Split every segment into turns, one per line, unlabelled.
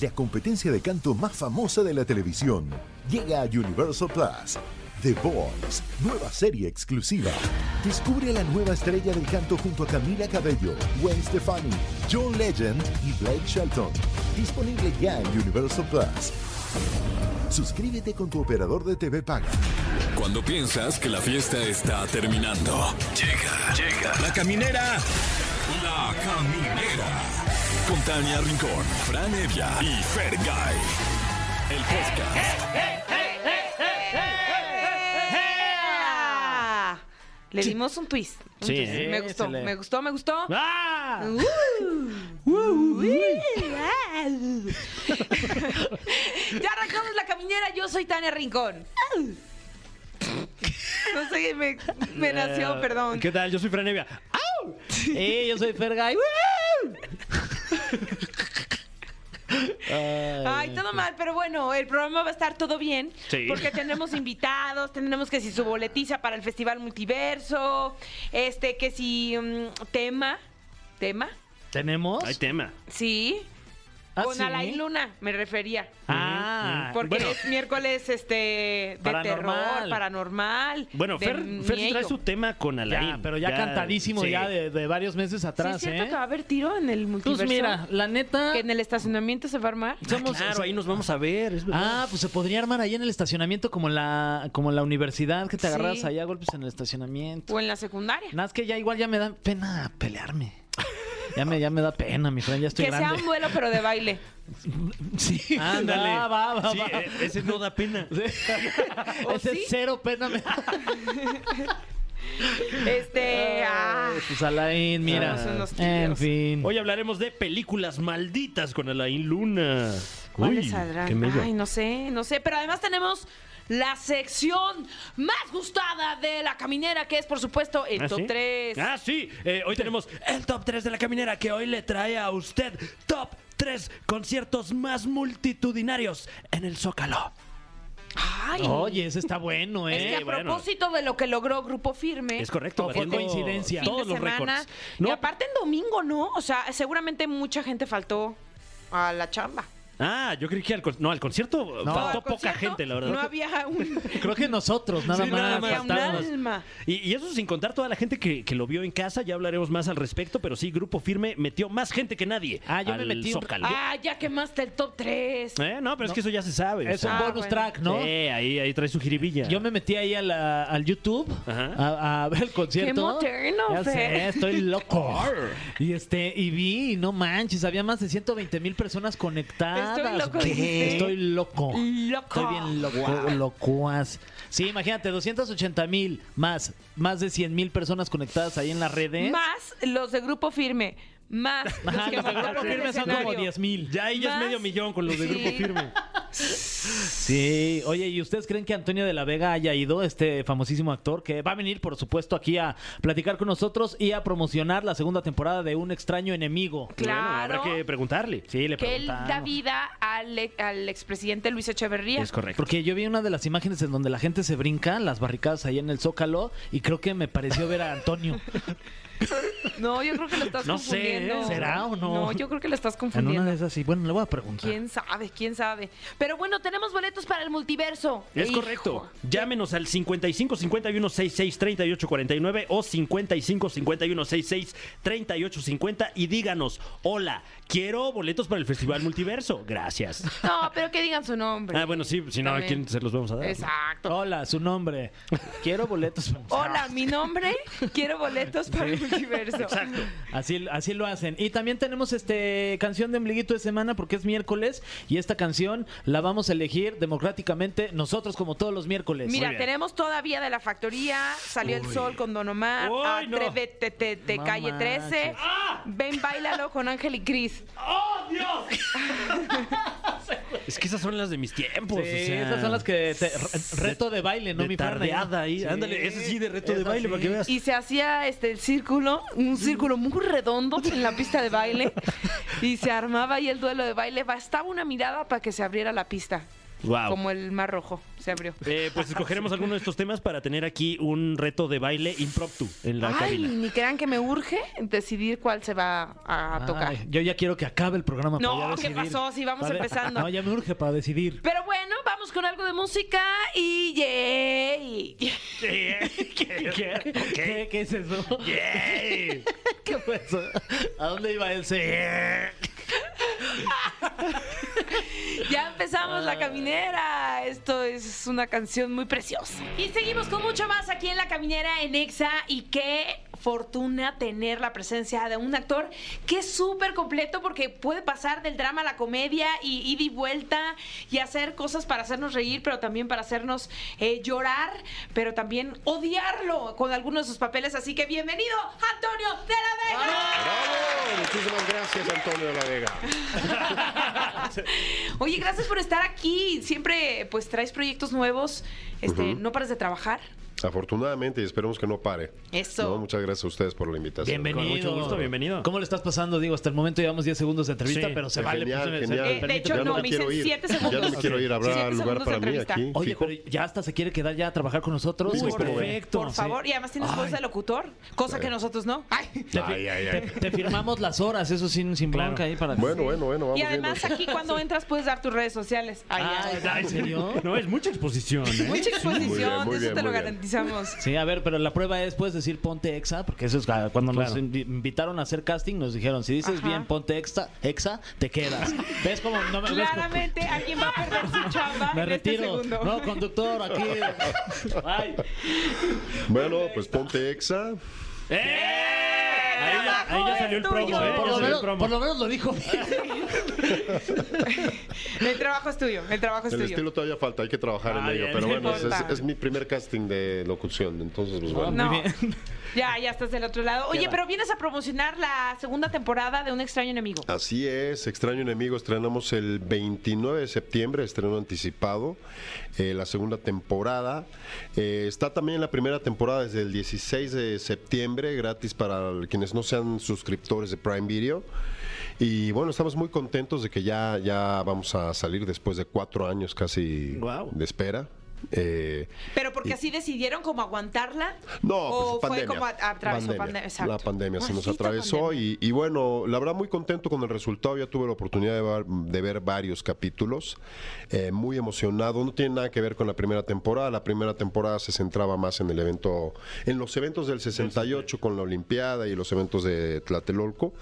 la competencia de canto más famosa de la televisión. Llega a Universal Plus. The Voice, nueva serie exclusiva. Descubre a la nueva estrella del canto junto a Camila Cabello, Gwen Stefani, John Legend y Blake Shelton. Disponible ya en Universal Plus. Suscríbete con tu operador de TV Paga.
Cuando piensas que la fiesta está terminando. Llega, llega. La caminera. La caminera. Con Tania Rincón, Fran Evia y Fergay. El podcast.
¡Ea! Le dimos un twist. un
Sí,
twist.
¿eh?
Me gustó,
Se le-
me gustó, me gustó.
¡Ah!
Uh. Uh. ya arrancamos la caminera, yo soy Tania Rincón. No sé, me, me nació,
Eh,
perdón.
¿Qué tal? Yo soy Fran Evia. ¡Au! Eh, yo soy Fergay. ¡Woo!
Ay, todo mal, pero bueno, el programa va a estar todo bien.
Sí.
Porque tenemos invitados, tenemos que si su boletiza para el Festival Multiverso, este, que si mm, tema, tema,
¿Tenemos?
Pues,
Hay tema.
sí.
Ah,
Con
¿sí?
Alain Luna, me refería.
Ah,
Porque
bueno,
es miércoles este de
Paranormal.
terror, paranormal.
bueno
de
Fer, Fer
miedo.
trae su tema con Alain.
Ya, pero ya, cantadísimo
sí.
ya de, de varios meses
Sí,
atrás,
es cierto
¿eh?
que va a haber tiro en el multiverso.
Pues mira, la neta...
que en el estacionamiento se va a armar.
somos-
Ah, Claro, ahí nos vamos a ver. es verdad.
Ah, pues se podría armar ahí en el estacionamiento como en la, como en la universidad, que te
Sí.
agarras ahí a golpes en el estacionamiento.
O en la secundaria.
Nada, es que ya igual ya me da pena pelearme. Ya me, ya me da pena, mi friend, ya estoy
que sea
grande.
un duelo, pero de baile.
Sí,
Ándale.
Va, va, va,
Sí,
va.
eh, ese no da pena.
¿O
Ese
sí?
cero pena me
Este. ah,
Pues Alain, mira.
Somos unos
en
tijeros.
fin.
Hoy hablaremos de películas malditas con Alain Luna.
¿cuál
Uy,
les saldrá?
qué mello.
Ay, no sé, no sé. Pero además tenemos la sección más gustada de la caminera, que es, por supuesto, el
¿Ah,
top
sí?
3.
Ah, sí. Eh, hoy tenemos el top 3 de la caminera que hoy le trae a usted top 3 conciertos más multitudinarios en el Zócalo.
Ay.
Oye, ese está bueno,
Es
¿eh?
que a
bueno.
propósito de lo que logró Grupo Firme.
Es correcto,
No, fue
batiendo
coincidencia.
fin
Todos
de
los
semana.
récords. No,
Y aparte en domingo, ¿no? O sea, seguramente mucha gente faltó a la chamba.
Ah, yo creí que al, con- no, al concierto
No,
faltó
Al
poca
concierto
gente, la verdad.
No había un,
Creo que nosotros, nada
Sí,
más.
nada
no había
más,
un
faltamos.
alma.
Y, y eso sin contar toda la gente que, que lo vio en casa, ya hablaremos más al respecto, pero sí, Grupo Firme metió más gente que nadie.
Ah, yo me
al
metí un- Ah.
Zócalo.
Ah, ya quemaste el top 3.
Eh, No, pero es que eso ya se sabe.
Es un
Ah,
bonus
bueno.
track, ¿no?
Sí, ahí, ahí trae su jiribilla.
Yo me metí ahí a la- al YouTube
Ajá.
a, a ver el concierto.
Qué moderno,
Ya sé,
Fer.
estoy loco. y este, y vi, y no manches, había más de 120 mil personas conectadas.
Estoy loco,
¿Qué?
dijiste.
Estoy loco.
Loco.
Estoy bien loco, locuaz. Sí, imagínate, 280 mil más, más de 100 mil personas conectadas ahí en las
¿Eh?
redes.
Más los de Grupo Firme. Más los
Ajá,
que
los de
mandaron
Grupo
al
Firme son
escenario.
como 10 mil.
Ya ahí ya es
Más-
medio millón con los de Grupo
Sí.
Firme.
Sí, oye, ¿y ustedes creen que Antonio de la Vega haya ido, este famosísimo actor, que va a venir, por supuesto, aquí a platicar con nosotros y a promocionar la segunda temporada de Un extraño enemigo?
Claro.
Bueno, habrá que preguntarle. Sí, le
Que él da vida al, e- al expresidente Luis Echeverría.
Es correcto.
Porque yo vi una de las imágenes en donde la gente se brinca, las barricadas ahí en el Zócalo, y creo que me pareció ver a Antonio.
No, yo creo que lo estás
No sé, ¿eh?
confundiendo.
¿será o no?
No, yo creo que lo estás
en
confundiendo.
una de esas, sí. Bueno, le voy a preguntar.
¿Quién sabe? ¿Quién sabe? Pero bueno, tenemos boletos para el multiverso.
Es
Hijo.
correcto. Llámenos al 55 51 66 38 49 o 55 51 66 38 50 y díganos: Hola, quiero boletos para el Festival Multiverso. Gracias.
No, pero que digan su nombre.
Ah, bueno, sí, si no, ¿a
También.
quién se los vamos a dar?
Exacto.
Hola, su nombre. Quiero boletos.
Hola, mi nombre. Quiero boletos para el multiverso.
Exacto.
Así, así lo hacen. Y también tenemos este canción de ombliguito de semana porque es miércoles y esta canción la vamos a elegir democráticamente nosotros como todos los miércoles.
Muy
Mira,
bien.
tenemos todavía de la factoría, salió el sol con Don Omar,
Uy, no. ¡Ah!
Atrévete te, te,
No
calle 13,
manches.
ven bailalo con Ángel y Cris.
¡Oh, Dios! es que esas son las de mis tiempos.
Sí,
o sea.
esas son las que te- re- reto de baile, ¿no?
de
mi Fernanda?
tardeada ahí. Ándale, ese sí de reto de
esa
baile,
sí.
para que veas.
Y se hacía este el círculo, un círculo muy redondo en la pista de baile y se armaba ahí el duelo de baile, bastaba una mirada para que se abriera la pista.
Wow.
Como el mar rojo se abrió.
Eh, pues escogeremos alguno de estos temas para tener aquí un reto de baile impromptu en la
Ay,
cabina.
ni crean que me urge decidir cuál se va a tocar.
Ay, yo ya quiero que acabe el programa. para
No,
ya
¿qué
decidir.
pasó? Sí, vamos
Para ver-
empezando.
No, ya me urge para decidir.
Pero bueno, vamos con algo de música y yay.
¿Qué? ¿Qué? ¿Qué es eso? ¿Qué fue eso? ¿A dónde iba él? Sí.
Ya empezamos la caminera. Esto es una canción muy preciosa. Y seguimos con mucho más aquí en la caminera en Exa. Y qué fortuna tener la presencia de un actor que es súper completo porque puede pasar del drama a la comedia y ida y vuelta y hacer cosas para hacernos reír, pero también para hacernos eh, llorar, pero también odiarlo con algunos de sus papeles. Así que bienvenido, Antonio de la Vega.
Bravo, muchísimas gracias Antonio de la Vega.
Oye, gracias por estar aquí. Siempre pues traes proyectos nuevos. Este, no paras de trabajar.
Afortunadamente y esperemos que no pare.
Eso.
No, muchas gracias a ustedes por la invitación.
Bienvenido.
Con mucho gusto, bienvenido.
¿Cómo le estás pasando? Digo, hasta el momento llevamos 10 segundos de entrevista,
Sí.
pero se
Eh,
vale.
genial,
pues, se-
genial.
se-
Eh, de
permite-
hecho,
ya
no,
me
me
quiero
dicen
ir.
siete
Ya no
segundos.
me quiero ir, habrá
Siete
lugar
segundos
para
de
mí
entrevista.
aquí.
Oye,
fijo.
pero ya hasta se quiere quedar ya a trabajar con nosotros.
Uy,
Pues,
cómo no.
Por favor, y además tienes voz de locutor, cosa que nosotros no. Ay.
Te, fi-
Ay, ay, ay.
te- te firmamos las horas, eso sin, sin
Claro.
bronca ahí para...
Bueno, bueno, bueno, vamos
Y además
viendo.
aquí cuando entras puedes dar tus redes sociales. Ay,
Ah,
ay, ay.
Ay, ¿en serio?
No, es mucha exposición. ¿eh?
Mucha exposición,
muy
de eso te lo
bien, muy bien.
garantizamos.
Sí, a ver, pero la prueba es, puedes decir ponte exa, porque eso es ah, cuando nos
Claro.
invi- invitaron a hacer casting, nos dijeron, si dices
Ajá.
bien ponte exa, exa, te quedas. ¿Ves cómo no me ves cómo-
Claramente alguien va a perder su chamba
Me
en este
retiro.
segundo.
no, conductor, aquí. Ay.
Bueno, pues ponte exa.
Eh. Ahí, ya, ahí ya salió el promo,
Tuyo.
¿eh?
Por
Ya
lo,
salió el
menos,
promo.
por lo menos lo dijo.
El trabajo es tuyo, el trabajo es
El
tuyo.
estilo todavía falta, hay que trabajar
Ah,
en ello.
bien,
Pero
no
bueno, es, es-
importa.
es mi primer casting de locución, entonces pues bueno.
No.
Muy bien.
Ya, ya estás del otro lado. Oye, pero vienes a promocionar la segunda temporada de Un extraño enemigo.
Así es, Extraño Enemigo, estrenamos el 29 de septiembre, estreno anticipado, eh, la segunda temporada. Eh, está también la primera temporada desde el 16 de septiembre, gratis para quienes no sean suscriptores de Prime Video. Y bueno, estamos muy contentos de que ya, ya vamos a salir después de cuatro años casi
Guau.
de espera. Eh,
Pero porque así decidieron como aguantarla.
no,
o
pues, pandemia.
fue como a- atravesó pandemia. exacto.
La pandemia se nos
Maldita
atravesó
pandemia.
y, y bueno, la verdad muy contento con el resultado. Ya tuve la oportunidad de ver, de ver varios capítulos, eh, muy emocionado. No tiene nada que ver con la primera temporada. La primera temporada se centraba más en el evento, en los eventos del 68 con la Olimpiada y los eventos de Tlatelolco.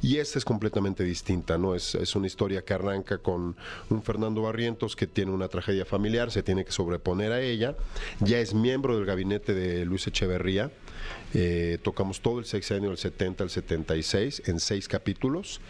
Y esta es completamente distinta, ¿no? Es, es una historia que arranca con un Fernando Barrientos que tiene una tragedia familiar, se tiene que sobreponer a ella. Ya es miembro del gabinete de Luis Echeverría. Eh, tocamos todo el sexenio del 70 al 76 en seis capítulos.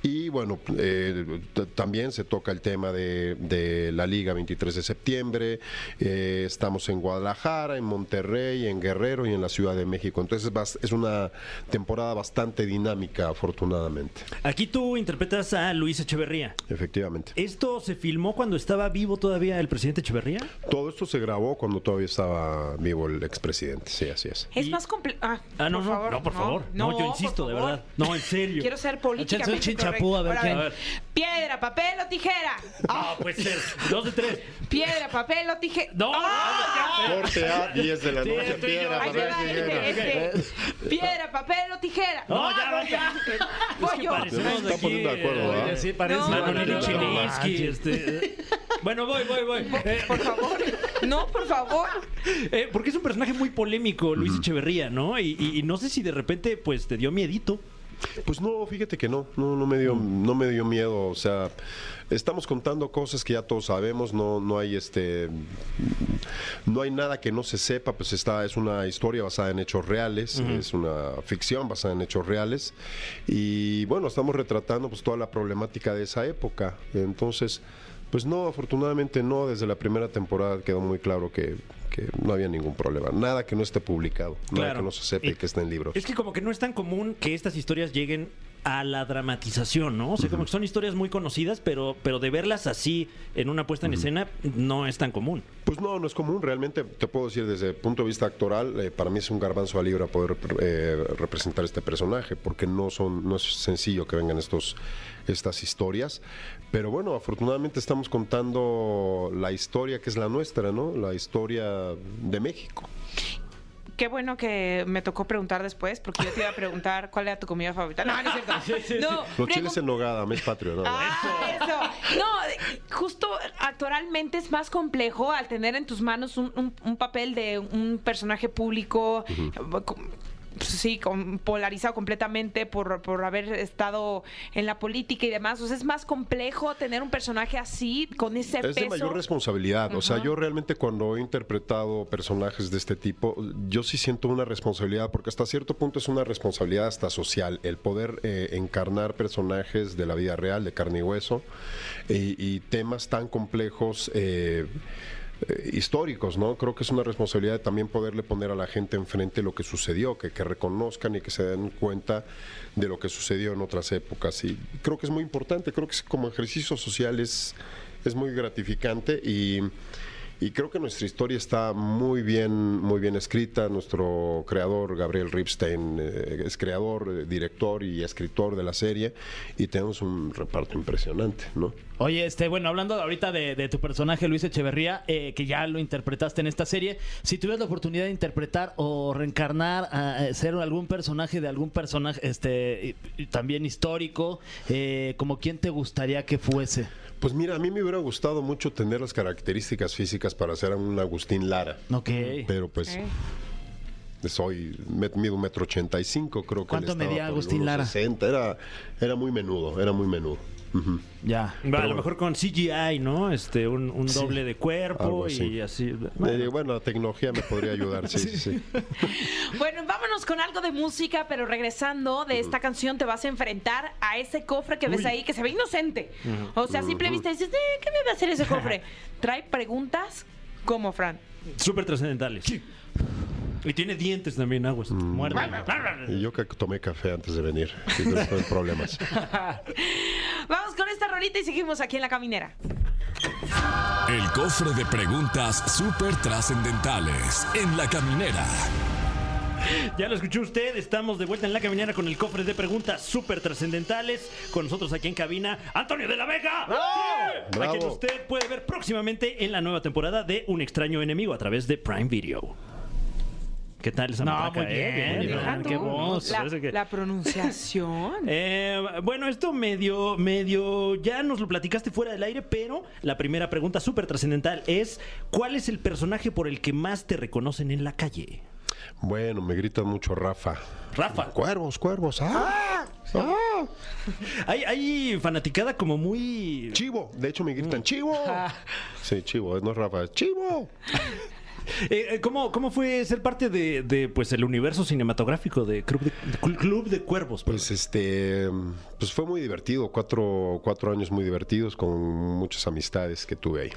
Y bueno, eh, t- también se toca el tema de, de la Liga 23 de septiembre. Eh, estamos en Guadalajara, en Monterrey, en Guerrero y en la Ciudad de México. Entonces vas- es una temporada bastante dinámica, afortunadamente.
Aquí tú interpretas a Luis Echeverría.
Efectivamente.
¿Esto se filmó cuando estaba vivo todavía el presidente Echeverría?
Todo esto se grabó cuando todavía estaba vivo el expresidente. Sí, así es.
Es
Y-
más complejo. Ah,
Ah, no,
por
no,
favor,
no, por favor. No, yo
por
insisto, de
favor.
verdad. No, en serio.
Quiero ser
Échense un
políticamente
chinchapú, a ver
correcta.
quién.
Ahora, Piedra, papel o tijera.
Ah, puede ser. Dos de tres.
Piedra, papel o tijera.
No,
¡Ah!
Corte a 10 de la
Sí,
noche.
estoy
piedra,
yo.
Ahí te
papel,
va,
tijera.
este, este. Piedra, papel o tijera.
No, ya,
voy
ya.
Voy yo.
Se nos está poniendo de acuerdo,
eh,
¿ah? ¿verdad?
sí, parece
No,
Manolito
no, no, no,
Chilinski, este. Bueno, voy, voy, voy. Eh,
Por favor. No, por favor.
eh, porque es un personaje muy polémico, Luis Echeverría, ¿no? Y, y- y no sé si de repente, pues, te dio miedito.
Pues no, fíjate que no, no, no me dio, no me dio miedo. O sea, estamos contando cosas que ya todos sabemos, no, no hay este no hay nada que no se sepa, pues está, es una historia basada en hechos reales, es una ficción basada en hechos reales. Y bueno, estamos retratando pues toda la problemática de esa época. Entonces, pues no, afortunadamente no, desde la primera temporada quedó muy claro que, que no había ningún problema. Nada que no esté publicado, nada
Claro.
que no se sepa y que esté en libros.
Es que como que no es tan común que estas historias lleguen a la dramatización, ¿no? O sea, como que son historias muy conocidas, pero, pero de verlas así en una puesta en escena no es tan común.
Pues no, no es común. Realmente te puedo decir desde el punto de vista actoral, eh, para mí es un garbanzo a libra poder eh, representar este personaje, porque no son, no es sencillo que vengan estos, estas historias. Pero bueno, afortunadamente estamos contando la historia que es la nuestra, ¿no? La historia de México.
Qué bueno que me tocó preguntar después, porque yo te iba a preguntar cuál era tu comida favorita. No, no es cierto. No,
Los
pregun-
chiles en nogada, mes patrio, ¿no?
Ah, eso. No, justo actualmente es más complejo al tener en tus manos un, un- un papel de un personaje público. eh, con- pues Sí, con- polarizado completamente por, por haber estado en la política y demás. O sea, es más complejo tener un personaje así, con ese
Es
peso.
de mayor responsabilidad. O sea,
Ajá.
yo realmente cuando he interpretado personajes de este tipo, yo sí siento una responsabilidad, porque hasta cierto punto es una responsabilidad hasta social, el poder eh, encarnar personajes de la vida real, de carne y hueso, y, y temas tan complejos. eh, eh, históricos, ¿no? Creo que es una responsabilidad de también poderle poner a la gente enfrente lo que sucedió, que, que reconozcan y que se den cuenta de lo que sucedió en otras épocas. Y creo que es muy importante, creo que es como ejercicio social es, es muy gratificante y, y creo que nuestra historia está muy bien, muy bien escrita. Nuestro creador, Gabriel Ripstein, eh, es creador, eh, director y escritor de la serie y tenemos un reparto impresionante, ¿no?
Oye, este, bueno, hablando ahorita de, de tu personaje, Luis Echeverría, eh, que ya lo interpretaste en esta serie, si tuvieras la oportunidad de interpretar o reencarnar, a, eh, ser algún personaje de algún personaje, este, y- y también histórico, eh, como quién te gustaría que fuese.
Pues mira, a mí me hubiera gustado mucho tener las características físicas para ser un Agustín Lara.
Ok.
Pero pues
Ok.
soy, me- mido un metro ochenta y cinco, creo que
¿Cuánto
él estaba
medía
por
Agustín
unos
Lara?
60. Era, era muy menudo, era muy menudo. Ujú.
Ya.
a lo mejor con CGI, ¿no? Este, un, un doble de
Algo
cuerpo
así.
y así.
Eh,
Bueno.
bueno, la tecnología me podría ayudar, sí, sí, sí.
Bueno, vámonos con algo de música, pero regresando de esta canción te vas a enfrentar a ese cofre que ves ahí que se ve inocente. O sea, a simple vista dices, "Eh, ¿qué me va a hacer ese cofre? Trae preguntas como Fran.
Súper trascendentales. Y tiene dientes también, aguas.
Muerde.
Mm. Y yo que tomé café antes de venir, sí, no estoy en problemas.
Vamos con esta rolita y seguimos aquí en la caminera.
El cofre de preguntas súper trascendentales en la caminera.
Ya lo escuchó usted, estamos de vuelta en la caminera con el cofre de preguntas súper trascendentales. Con nosotros aquí en cabina, Antonio de la Vega. ¡Sí! A
Bravo.
quien usted puede ver próximamente en la nueva temporada de Un extraño enemigo a través de Prime Video. ¿Qué tal esa
No,
matraca,
muy bien,
eh?
bien,
Iván,
Iván,
qué
tú,
voz.
La,
Parece que-
la pronunciación.
Eh, bueno, esto medio, medio, ya nos lo platicaste fuera del aire, pero la primera pregunta súper trascendental es, ¿cuál es el personaje por el que más te reconocen en la calle?
Bueno, me grita mucho Rafa.
Rafa.
Cuervos, cuervos. ¡Ah! ¡Ah!
Hay, hay fanaticada como muy...
¡Chivo! De hecho me gritan, ¡Chivo!
Ah.
Sí, Chivo, no es Rafa, es ¡Chivo!
Eh, eh, ¿cómo, ¿Cómo fue ser parte de, de, pues, el universo cinematográfico de Club de, de Cl- Club de Cuervos? perdón?
Pues este, pues fue muy divertido, cuatro, cuatro años muy divertidos con muchas amistades que tuve ahí.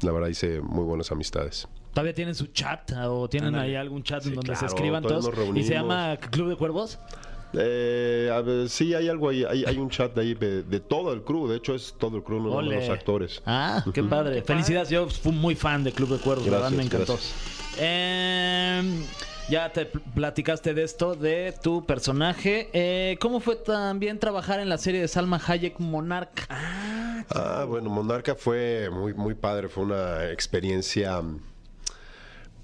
La verdad hice muy buenas amistades.
¿Todavía tienen su chat o tienen ahí algún chat en donde se
claro,
escriban
todavía
todos?
nos
¿Y se
reunimos.
llama Club de Cuervos?
Eh, a ver, sí, hay algo ahí, hay, hay un chat de ahí de, de todo el crew, de hecho es todo el crew, no nomás
Ole.
los actores.
Ah, qué padre. Felicidades, yo fui muy fan de Club de Cuervos, la verdad me
Gracias,
encantó. Em, ya te pl- platicaste de esto, de tu personaje. Eh, ¿Cómo fue también trabajar en la serie de Salma Hayek Monarca?
Ah, bueno, Monarca fue muy, muy padre, fue una experiencia,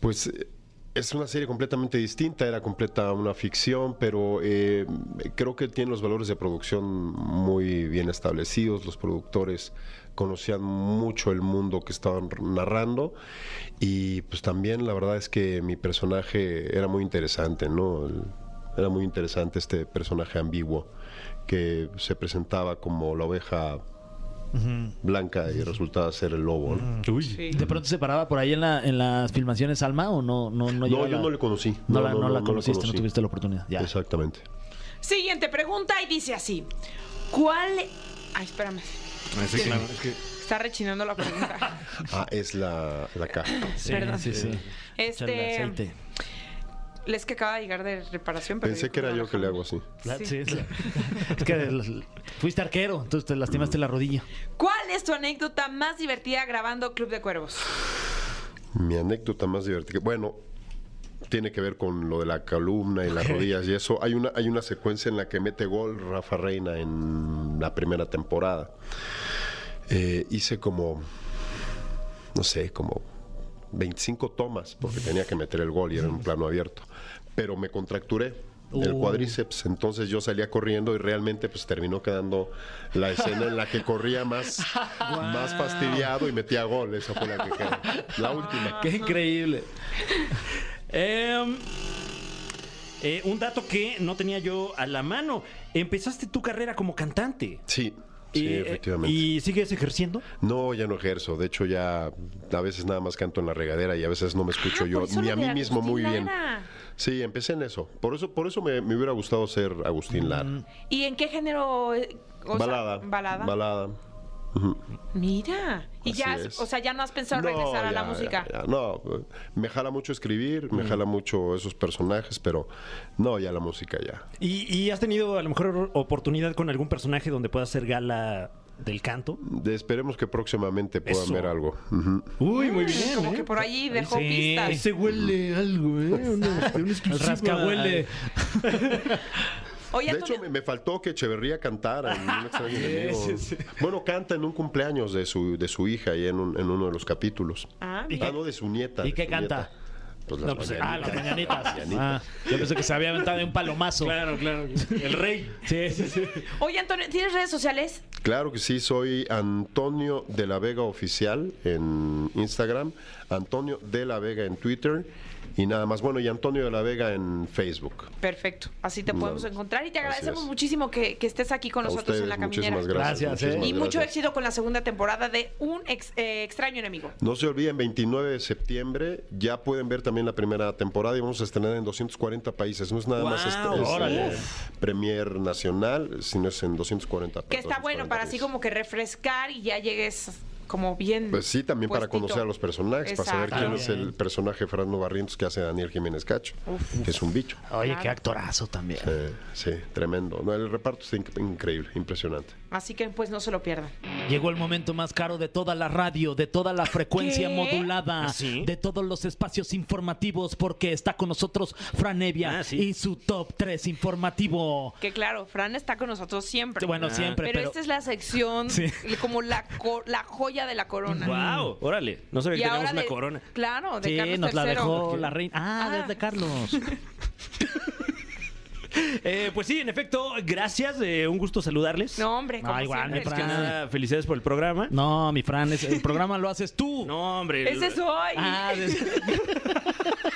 pues eh, es una serie completamente distinta, era completa una ficción, pero eh, creo que tiene los valores de producción muy bien establecidos, los productores conocían mucho el mundo que estaban narrando y pues también la verdad es que mi personaje era muy interesante, ¿no? El- era muy interesante este personaje ambiguo que se presentaba como la oveja blanca y resultaba ser el lobo. ¿no?
¿De pronto se paraba por ahí en, la, en las filmaciones Salma o no? No, no,
No,
llegaba?
yo no le conocí.
No, la, no la
lo
conociste,
conocí.
no tuviste la oportunidad. Ya.
Exactamente.
Siguiente pregunta y dice así. ¿Cuál... Ay, espérame.
Ah,
Está rechinando la pregunta.
Ah, es la, la caja.
Perdón.
Sí, sí. Échale
Este,
aceite.
Es que acaba de llegar de reparación. Pero
Pensé que era yo que le hago así.
La-
Sí.
sí, es, la- es que el- fuiste arquero, entonces te lastimaste la rodilla.
¿Cuál es tu anécdota más divertida grabando Club de Cuervos?
Mi anécdota más divertida. Bueno, tiene que ver con lo de la columna y las rodillas y eso. Hay una, hay una secuencia en la que mete gol Rafa Reina en la primera temporada. Eh, hice como, no sé, como 25 tomas porque tenía que meter el gol y era un plano abierto. Pero me contracturé. El
Uh.
cuádriceps, entonces yo salía corriendo y realmente pues terminó quedando la escena en la que corría más, más fastidiado y metía gol, esa fue la que quedó. La última.
Qué increíble.
Em, eh, un dato que no tenía yo a la mano. Empezaste tu carrera como cantante.
Sí, sí,
Eh,
efectivamente.
¿Y sigues ejerciendo?
No, ya no ejerzo. De hecho, ya a veces nada más canto en la regadera y a veces no me escucho
Ah,
yo
por eso
ni
lo
a
de
mí mismo
Agustín
muy bien.
Lara.
Sí, empecé en eso. Por eso, por eso me, me hubiera gustado ser Agustín Lara.
¿Y en qué género? eh, o Mm, sea,
balada.
balada.
Balada.
Mira. Y ya,
Así es.
o sea, ya no has pensado
No,
regresar a la
ya,
música. Mm.
ya, ya. No, eh, me jala mucho escribir, me jala mucho esos personajes, pero no, ya la música ya.
¿Y, y has tenido a lo mejor oportunidad con algún personaje donde puedas hacer gala del canto?
De- Esperemos que próximamente puedan
Eso.
ver algo. Ujú.
Uy, muy
Mm,
bien.
Como
¿eh?
que por allí dejó
Sí.
pistas.
Ese huele algo, ¿eh? Una, una
El
exclusiva.
rascahuele.
Oye,
De hecho,
Antonio,
me, me faltó que Echeverría cantara. en Un extraño enemigo. Bueno, canta en un cumpleaños de su, de su hija y en, un- en uno de los capítulos.
Ah,
¿Y
mira.
qué-
Ah, no, de su nieta.
¿Y
de
qué
su
canta?
nieta. Pues las
No, pues, ah,
mañanitas.
las mañanitas. Ah, yo pensé que se había aventado de un palomazo.
Claro, claro. El rey.
Sí, sí, sí.
Oye, Antonio, ¿tienes redes sociales?
Claro que sí, soy Antonio de la Vega Oficial en Instagram, Antonio de la Vega en Twitter y nada más. Bueno, y Antonio de la Vega en Facebook.
Perfecto. Así te podemos
No.
encontrar y te
Así
agradecemos
es.
muchísimo que, que estés aquí con
A
nosotros en la
ustedes,
caminera.
muchísimas gracias.
Gracias, ¿eh?
muchísimas
Y mucho
gracias.
éxito con la segunda temporada de Un Ex- eh, extraño enemigo.
No se olviden, 29 de septiembre ya pueden ver también la primera temporada y vamos a estrenar en 240 países. No es nada más
¡Guau!
este- es,
¡Órale!
eh, premier nacional, sino es en 240.
Que está
240
bueno para así
países.
como que refrescar y ya llegues como bien.
Pues sí, también para
puestito.
conocer a los personajes, para saber
Exacto.
quién es el personaje Fernando Barrientos que hace Daniel Jiménez Cacho, que es un bicho.
Oye, qué actorazo también.
Eh, sí, tremendo. No, el reparto está inc- increíble, impresionante.
Así que pues no se lo pierdan.
Llegó el momento más caro de toda la radio, de toda la frecuencia
¿Qué?
modulada,
¿Ah, sí?
de todos los espacios informativos, porque está con nosotros Fran Evia
Ah, sí.
y su top 3 informativo.
Que claro, Fran está con nosotros siempre.
Bueno,
Ah.
siempre,
pero,
pero,
esta es la sección
Sí.
como la, co- la joya de la corona.
¡Wow! Órale. No sabía
Y
que teníamos
ahora
una
de-
corona.
Claro, de
Sí,
Carlos
nos la
III.
dejó la reina. Ah,
Ah.
es de Carlos.
Eh, pues sí, en efecto, gracias. eh, un gusto saludarles.
No, hombre, como
Ay, guau,
siempre.
mi
Antes que
Fran.
nada, felicidades por el programa.
No, mi Fran, es- el programa lo haces tú.
No, hombre.
Ese es hoy.
Ah, de-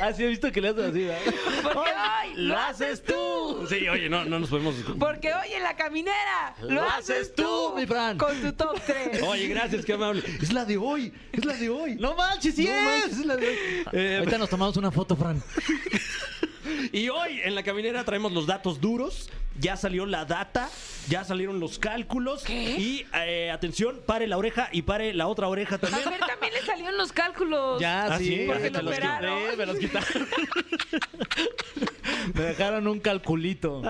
Ah, sí, he visto que le haces así, ¿verdad?
Porque hoy lo haces tú.
Sí, oye, no, no nos podemos.
Porque hoy en la caminera lo,
Lo
haces
haces tú,
tú,
mi Fran.
Con tu top 3.
Oye, gracias, qué amable. Es la de hoy, es la de hoy.
No manches, sí
No
es.
manches, es la de hoy. Eh,
Ahorita nos tomamos una foto, Fran.
Y hoy en la caminera traemos los datos duros. Ya salió la data, ya salieron los cálculos. Y eh, atención, pare la oreja y pare la otra oreja
A
también.
ver, también le salieron los cálculos.
Ya,
Ah,
sí,
sí,
porque
me
lo
los quité,
operaron.
me los quitaron. me dejaron un calculito.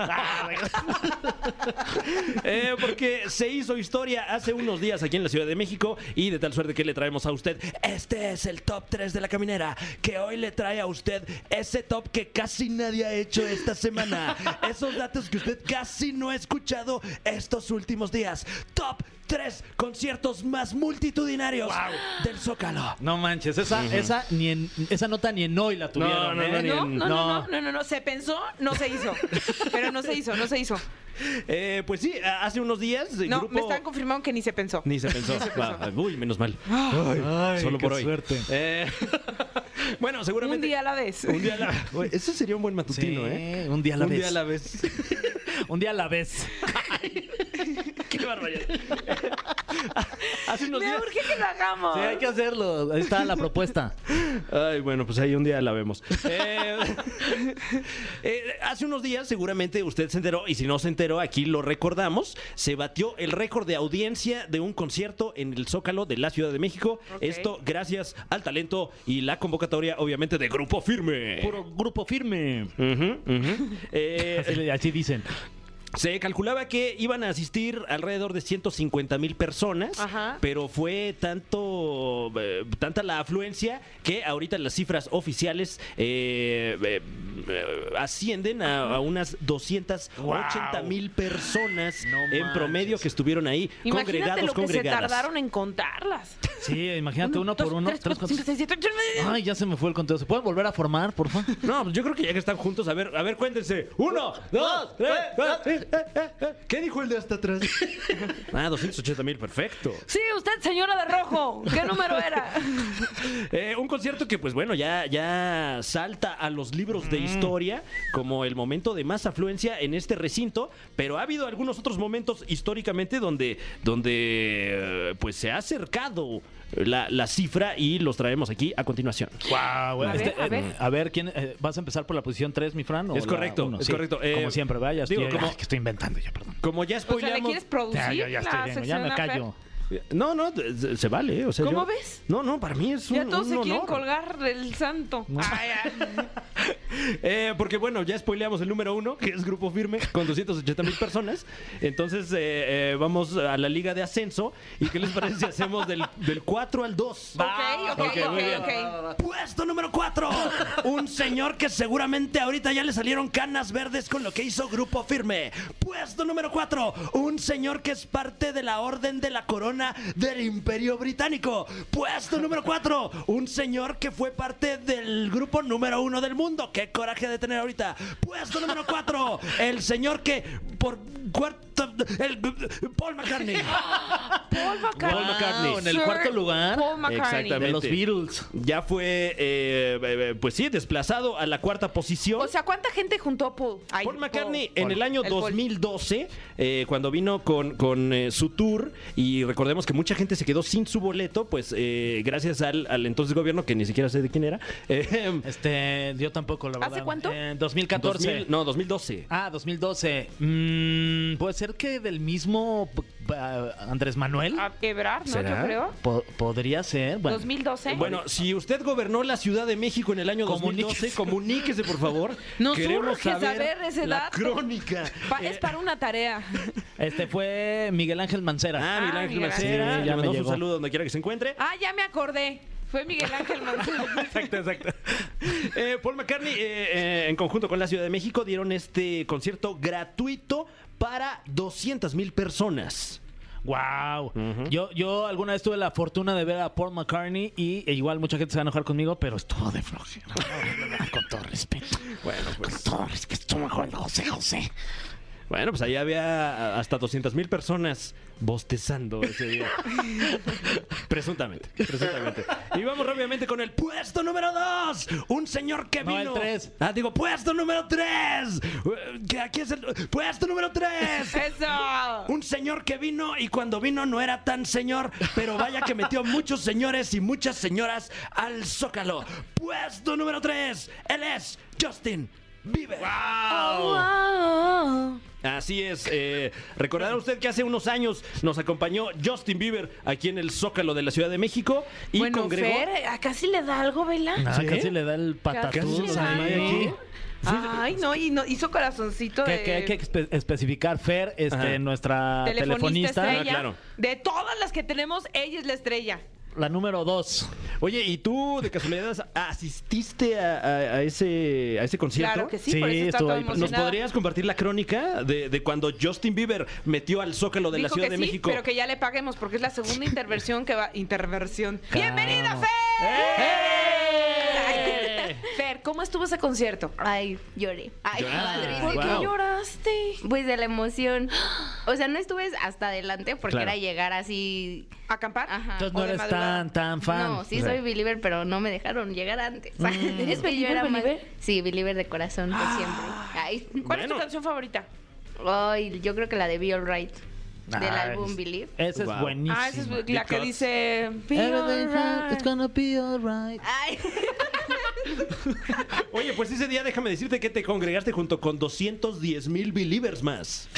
Eh, porque se hizo historia hace unos días aquí en la Ciudad de México y de tal suerte que le traemos a usted. Este es el top 3 de la caminera, que hoy le trae a usted ese top que casi nadie ha hecho esta semana. Esos datos que usted casi no ha escuchado estos últimos días. Top 3 conciertos más multitudinarios del Zócalo.
No manches, esa, esa, ni en, esa nota ni en hoy la tuvieron.
no,
¿eh?
no, ni
No,
en-
no, no, no, no, no, no, se pensó, no se hizo. Pero no se hizo, no se hizo.
Eh, pues sí, a- hace unos días. el
No,
grupo-
me están confirmando que ni se pensó.
Ni se pensó. Va, Uy, menos mal.
Ay,
Solo
qué
por hoy.
suerte.
Eh, bueno, seguramente.
Un día a la vez.
Un día a la Oye, Ese sería un buen
Sí,
matutino, ¿eh?
un día a la
un
vez.
día a la vez.
Un día a la vez.
Qué barbaridad. Hace unos
Me
días.
urge que lo hagamos.
Sí, hay que hacerlo. Ahí está la propuesta.
Ay, bueno, pues ahí un día la vemos. Eh, eh, hace unos días, seguramente usted se enteró, y si no se enteró, aquí lo recordamos. Se batió el récord de audiencia de un concierto en el Zócalo de la Ciudad de México.
Ok.
Esto gracias al talento y la convocatoria, obviamente, de Grupo Firme.
Puro grupo firme.
Ujú, ujú. Eh,
Así, le- así dicen.
se calculaba que iban a asistir alrededor de 150 mil personas,
Ajá.
pero fue tanto eh, tanta la afluencia que ahorita las cifras oficiales eh, eh, eh, ascienden a, a unas 280 mil personas
No
en
manches.
promedio que estuvieron ahí
Imagínate
congregados,
lo que se
congregadas.
tardaron en contarlas.
Sí, imagínate uno por
dos,
uno.
tres,
tres,
cuatro, cinco,
cuatro.
seis,
Ah.
siete, ocho, nueve,
Ay, ya se me fue el conteo. ¿Se pueden volver a formar, por favor?
No, pues yo creo que ya que están juntos, a ver, a ver, cuéntense. Uno, dos, tres, cuatro. Eh, eh, eh. ¿Qué dijo el de hasta atrás? Ah, 280 mil, perfecto.
Sí, usted, señora de rojo. ¿Qué número era?
Eh, un concierto que, pues bueno, ya, ya salta a los libros de historia como el momento de más afluencia en este recinto, pero ha habido algunos otros momentos históricamente donde, donde eh, pues se ha acercado la, la cifra y los traemos aquí a continuación.
Wow,
A ver, a ver.
este, a ver, ¿quién, eh, ¿vas a empezar por la posición 3, mi Fran? o
Es
la
correcto,
uno?
es
Sí,
correcto. Eh,
como siempre, vaya.
digo,
estoy,
como-
ay, que estoy inventando ya, perdón.
Como ya
O sea, ¿le
spoileamos...
quieres producir?
Ya, ya, ya estoy
la
lleno, ya me
sección a Fer?
callo.
no, no, se, se vale. eh, o sea,
¿Cómo
yo-
ves?
No, no, para mí es un
Ya todos
un
se quieren
honor.
colgar del santo. Ah, Ay, ay.
Eh, porque bueno, ya spoileamos el número uno, que es Grupo Firme, con 280 mil personas. Entonces eh, eh, vamos a la liga de ascenso. ¿Y qué les parece si hacemos del, del 4 al 2?
Ok, ok,
Ok, muy bien.
ok, ok.
Puesto número 4. Un señor que seguramente ahorita ya le salieron canas verdes con lo que hizo Grupo Firme. Puesto número 4. Un señor que es parte de la Orden de la Corona del Imperio Británico. Puesto número 4. Un señor que fue parte del grupo número 1 del mundo. Qué coraje de tener ahorita. Puesto número 4. El señor que por cuarto... El, Paul McCartney.
Paul McCartney.
Paul McCartney.
Wow, en el
Sir
cuarto lugar.
Paul McCartney.
Exactamente.
De los Beatles.
Ya fue, eh, eh, pues sí, desplazado a la cuarta posición.
O sea, ¿cuánta gente juntó Paul? Ay,
Paul McCartney
Paul.
en el año
El Paul.
2012, eh, cuando vino con, con, eh, su tour, y recordemos que mucha gente se quedó sin su boleto, pues eh, gracias al, al entonces gobierno, que ni siquiera sé de quién era. eh,
Este, yo tampoco, la
¿Hace
verdad. Eh,
cuánto?
En 2014.
2000 no, 2012.
Ah, 2012. Mm, Puede ser que del mismo p- p- ah, Andrés Manuel.
eh, A quebrar, ¿no?
¿Será?
Yo Ah, creo.
Po- podría ser. Bueno,
2012.
Bueno, si usted gobernó la Ciudad de México en el año 2012,
Comuníquese.
comuníquese, por favor.
Nos urge saber ese
la
dato.
crónica. Eh,
Pa- es para una tarea.
Este fue Miguel Ángel Mancera.
Ah, Miguel
Ah,
Ángel
Miguel Ángel.
Mancera,
Sí, ya
le
me
mandamos un
llegó.
saludo donde quiera que se encuentre.
Ah, ya me acordé. Fue Miguel Ángel Mancera.
Exacto, exacto. Eh, Paul McCartney, eh, eh, en conjunto con la Ciudad de México, dieron este concierto gratuito para 200 mil personas.
Wow. Yo, yo alguna vez tuve la fortuna de ver a Paul McCartney y e igual mucha gente se va a enojar conmigo, pero estuvo de flojera. Con todo respeto.
Bueno, pues,
Con todo respeto, estuvo mejor el José José.
bueno, pues ahí había hasta 200 mil personas bostezando ese día. presuntamente, presuntamente. Y vamos rápidamente con el puesto número 2. Un señor que
No, el
vino.
tres.
Ah, digo, puesto número 3. Que aquí es el. Puesto número 3.
Eso.
Un señor que vino y cuando vino no era tan señor, pero vaya que metió muchos señores y muchas señoras al zócalo. Puesto número 3, él es Justin Bieber.
Wow.
Así es, eh, recordará usted que hace unos años nos acompañó Justin Bieber aquí en el zócalo de la Ciudad de México y
bueno,
congregó.
Fer, ¿a casi le da algo, Vela?
Ah,
¿Sí?
Casi le da el
Casi
patatús.
le da,
ahí.
¿no? Ay, no, y no, hizo corazoncito
Que,
de...
que
Eh,
hay que espe- especificar, Fer,
Ajá.
este, nuestra
Telefonista,
telefonista,
estrella.
Ah, claro.
De todas las que tenemos, ella es la estrella.
la número dos.
Oye, ¿y tú de casualidad asististe a, a- a ese, a ese concierto?
Claro que sí,
Sí,
por eso está
estuvo
todo
ahí.
¿Nos
emocionada.
podrías compartir la crónica de, de cuando Justin Bieber metió al Zócalo de la
Dijo
Ciudad
que
de
sí,
México?
pero que ya le paguemos porque es la segunda intervención que va... Interversión. ¡Bienvenida, Fer! Ay, Fer, ¿cómo estuvo ese concierto?
Ay, lloré. Ay, padre.
¿Por
Wow.
qué lloraste?
Pues de la emoción. O sea, no estuve hasta adelante porque
Claro.
era llegar así.
¿Acampar?
Ajá.
Entonces
¿O
no
de
eres
madrugada?
tan, tan fan.
Ah,
Mm.
No, sí
O sea,
soy believer, pero no me dejaron llegar antes. ¿Eres
believer, believer? Ah.
Sí, believer de corazón, de siempre. Ay.
¿Cuál es tu
Bueno.
canción favorita?
Ay, yo creo que la de Be Alright. del
Ah,
álbum
es-
Believe.
Esa es
Wow.
buenísima.
Ah, esa es la que
Because-
dice. "Be
Everything
alright".
it's gonna be alright.
Ay,
Oye, pues ese día déjame decirte que te congregaste junto con 210 mil believers más.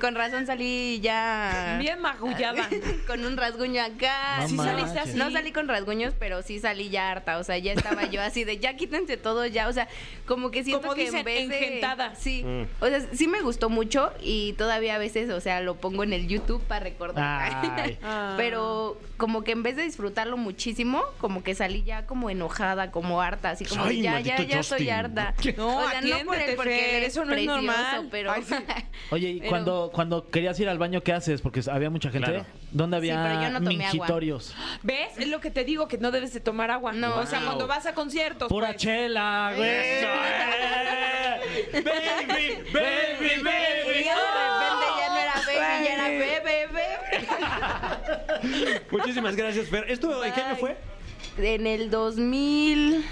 con razón salí ya.
Bien magullada.
con un rasguño acá.
No Sí saliste manches.
así.
No salí con rasguños, pero sí salí ya harta. O sea, ya estaba yo así de ya quítense todo ya. O sea, como que siento
Como
que
dicen,
en vez de-
engentada.
Sí. O sea, sí me gustó mucho y todavía a veces, o sea, lo pongo en el YouTube para recordar.
Ay.
Ah.
pero como que en vez de disfrutarlo muchísimo, como que salí ya como enojada, como harta, así como de,
Ay,
ya, ya,
maldito
ya estoy
Justin.
harta.
No,
o sea, no por
atiéndete,
el porque
Fer,
eres
eso no es
precioso,
normal.
pero
Ay, sí.
Oye, y
Pero-
cuando, cuando querías ir al baño, ¿qué haces? Porque había mucha gente.
Claro.
¿Dónde
Sí,
había
pero yo no tomé agua. Pues,
mingitorios?
¿Ves? Es lo que te digo, que no debes de tomar agua. No. O sea,
Wow.
cuando vas a conciertos.
Pura
pues.
chela, güey.
Eso, eh. Baby, baby,
Y
baby.
yo de repente ya no era baby, ya era
Baby.
bebé,
Muchísimas gracias, Fer. ¿Esto en qué año
Bye.
fue?
En el 2000.